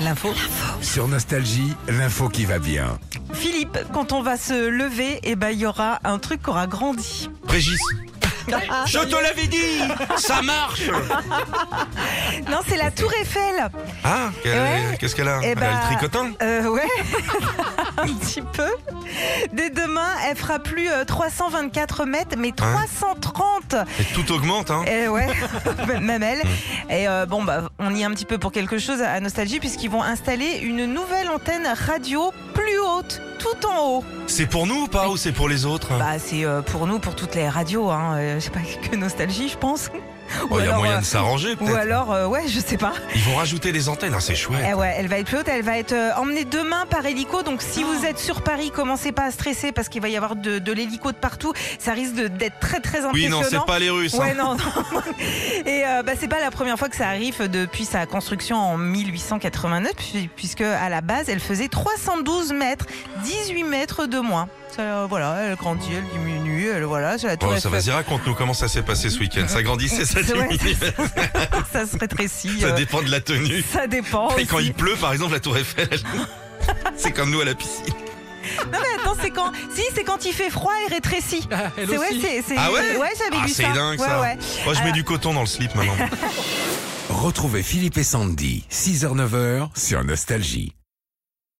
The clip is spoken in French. L'info. Sur Nostalgie, l'info qui va bien. Philippe, quand on va se lever, eh ben, il y aura un truc qui aura grandi. Régis. Je te l'avais dit Ça marche Non, c'est la Tour Eiffel. Ah, qu'elle- Ouais. qu'est-ce qu'elle a Ah bah, Eh Elle hein. a ben, le tricotin Euh, ouais. un petit peu. Dès demain, elle fera plus euh, 324 mètres, Hein mais 330. Et tout augmente, hein Eh ouais, même elle. Hmm. Et euh, bon, bah, on y est un petit peu pour quelque chose à Nostalgie, puisqu'ils vont installer une nouvelle antenne radio plus haute, tout en haut. C'est pour nous ou pas ou c'est pour les autres Bah, c'est euh, pour nous, pour toutes les radios, hein. euh, je sais pas que Nostalgie, je pense. Oh, Il y a alors, moyen euh, de s'arranger Ou peut-être. alors, euh, ouais, je sais pas. Ils vont rajouter des antennes, ah, c'est chouette. Eh ouais, elle va être plus haute, elle va être euh, emmenée demain par hélico. Donc si Oh. vous êtes sur Paris, commencez pas à stresser parce qu'il va y avoir de, de l'hélico de partout. Ça risque de- d'être très très Oui, non, impressionnant. c'est pas les Russes. Ouais, hein. non, non. Et euh, bah, c'est pas la première fois que ça arrive depuis sa construction en 1889, puis- puisque à la base, elle faisait 312 mètres, 18 mètres de moins. Ça, euh, voilà, elle grandit, elle diminue, elle, voilà, c'est la tour Oh, ça Eiffel. vas-y, raconte-nous comment ça s'est passé ce week-end. Ça grandissait, ça C'est vrai, diminuait, ça se rétrécit. ça euh, dépend de la tenue. ça dépend. Et quand aussi. il pleut, par exemple, la tour Eiffel, elle- c'est comme nous à la piscine. Attends, c'est quand Si, c'est quand il fait froid et rétrécit. C'est ouais, c'est c'est- Ah ouais j'avais Ah, lu c'est ça. dingue, Ouais, ça. ouais. Moi, je mets Alors- du coton dans le slip maintenant. Retrouvez Philippe et Sandy, 6h-9h sur Nostalgie.